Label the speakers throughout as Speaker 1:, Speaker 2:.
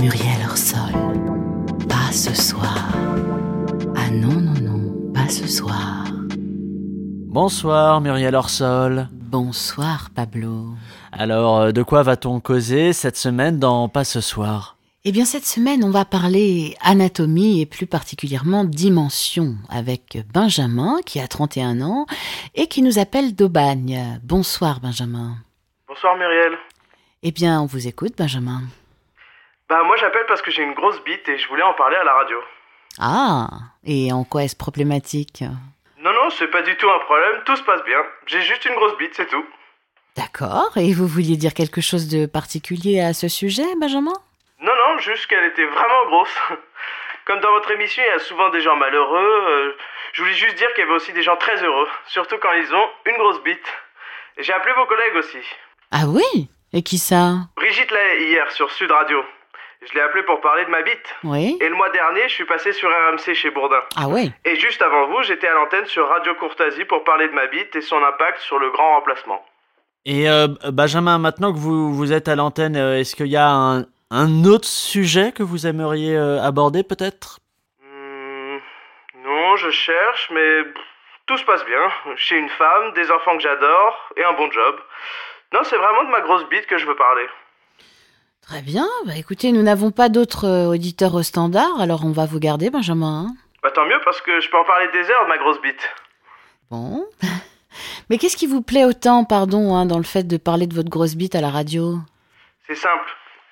Speaker 1: Muriel Orsol. Pas ce soir. Ah non, non, non, pas ce soir.
Speaker 2: Bonsoir Muriel Orsol.
Speaker 1: Bonsoir, Pablo.
Speaker 2: Alors, euh, de quoi va-t-on causer cette semaine dans Pas ce soir
Speaker 1: Eh bien, cette semaine, on va parler anatomie et plus particulièrement dimension avec Benjamin, qui a 31 ans et qui nous appelle d'Aubagne. Bonsoir, Benjamin.
Speaker 3: Bonsoir Muriel.
Speaker 1: Eh bien, on vous écoute, Benjamin.
Speaker 3: Bah moi j'appelle parce que j'ai une grosse bite et je voulais en parler à la radio.
Speaker 1: Ah, et en quoi est-ce problématique
Speaker 3: Non non, c'est pas du tout un problème, tout se passe bien. J'ai juste une grosse bite, c'est tout.
Speaker 1: D'accord, et vous vouliez dire quelque chose de particulier à ce sujet, Benjamin
Speaker 3: Non non, juste qu'elle était vraiment grosse. Comme dans votre émission, il y a souvent des gens malheureux, euh, je voulais juste dire qu'il y avait aussi des gens très heureux, surtout quand ils ont une grosse bite. Et j'ai appelé vos collègues aussi.
Speaker 1: Ah oui Et qui ça
Speaker 3: Brigitte Lay hier sur Sud Radio. Je l'ai appelée pour parler de ma bite.
Speaker 1: Oui
Speaker 3: Et le mois dernier, je suis passé sur RMC chez Bourdin.
Speaker 1: Ah ouais
Speaker 3: Et juste avant vous, j'étais à l'antenne sur Radio Courtasie pour parler de ma bite et son impact sur le grand remplacement.
Speaker 2: Et euh, Benjamin, maintenant que vous, vous êtes à l'antenne, euh, est-ce qu'il y a un, un autre sujet que vous aimeriez euh, aborder peut-être
Speaker 3: Hmm, non, je cherche, mais pff, tout se passe bien. J'ai une femme, des enfants que j'adore et un bon job. Non, c'est vraiment de ma grosse bite que je veux parler.
Speaker 1: Très bien, bah écoutez, nous n'avons pas d'autres euh, auditeurs au standard, alors on va vous garder, Benjamin. hein.
Speaker 3: Bah tant mieux parce que je peux en parler des heures de ma grosse bite.
Speaker 1: bon. Mais qu'est-ce qui vous plaît autant, pardon, hein, dans le fait de parler de votre grosse bite à la radio
Speaker 3: C'est simple.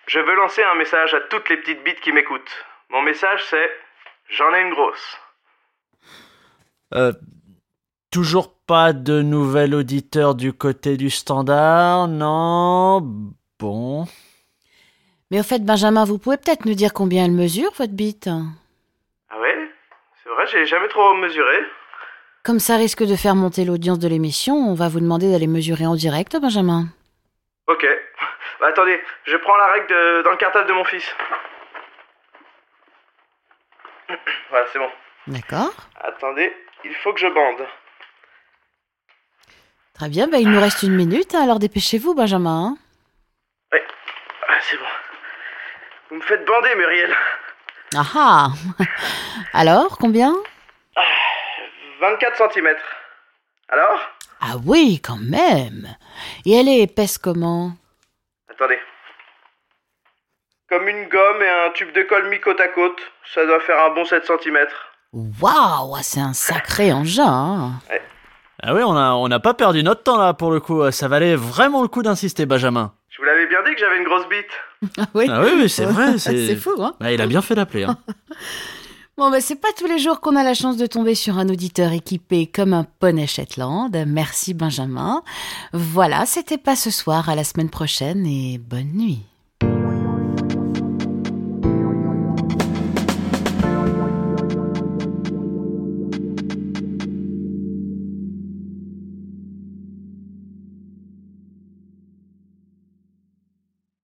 Speaker 3: Je veux lancer un message à toutes les petites bites qui m'écoutent. Mon message c'est j'en ai une grosse.
Speaker 2: Euh, Toujours pas de nouvel auditeur du côté du standard, non Bon.
Speaker 1: Mais au fait, Benjamin, vous pouvez peut-être nous dire combien elle mesure, votre bite
Speaker 3: Ah ouais C'est vrai, j'ai jamais trop mesuré.
Speaker 1: Comme ça risque de faire monter l'audience de l'émission, on va vous demander d'aller mesurer en direct, Benjamin.
Speaker 3: Ok. Bah, attendez, je prends la règle de- dans le cartable de mon fils. voilà, c'est bon.
Speaker 1: D'accord
Speaker 3: Attendez, il faut que je bande.
Speaker 1: Très bien, bah il nous reste une minute, hein, alors dépêchez-vous, Benjamin. hein.
Speaker 3: Ah, c'est bon. Vous me faites bander, Muriel.
Speaker 1: Ah ah Alors, combien
Speaker 3: 24 cm. Alors
Speaker 1: Ah oui, quand même Et elle est épaisse comment
Speaker 3: Attendez. Comme une gomme et un tube de colle mis côte à côte, ça doit faire un bon 7 cm.
Speaker 1: Waouh, ah, c'est un sacré engin hein.
Speaker 2: Ah oui, on n'a on n'a pas perdu notre temps là pour le coup, euh, ça valait vraiment le coup d'insister Benjamin.
Speaker 3: Je vous l'avais bien dit que j'avais une grosse bite.
Speaker 1: Ah oui,
Speaker 2: Ah oui, oui, c'est vrai, c'est...
Speaker 1: fou, hein
Speaker 2: Bah, il a bien fait d'appeler. hein.
Speaker 1: Bon, bah, c'est pas tous les jours qu'on a la chance de tomber sur un auditeur équipé comme un poney Shetland. Merci, Benjamin. Voilà, c'était pas ce soir, à la semaine prochaine et bonne nuit.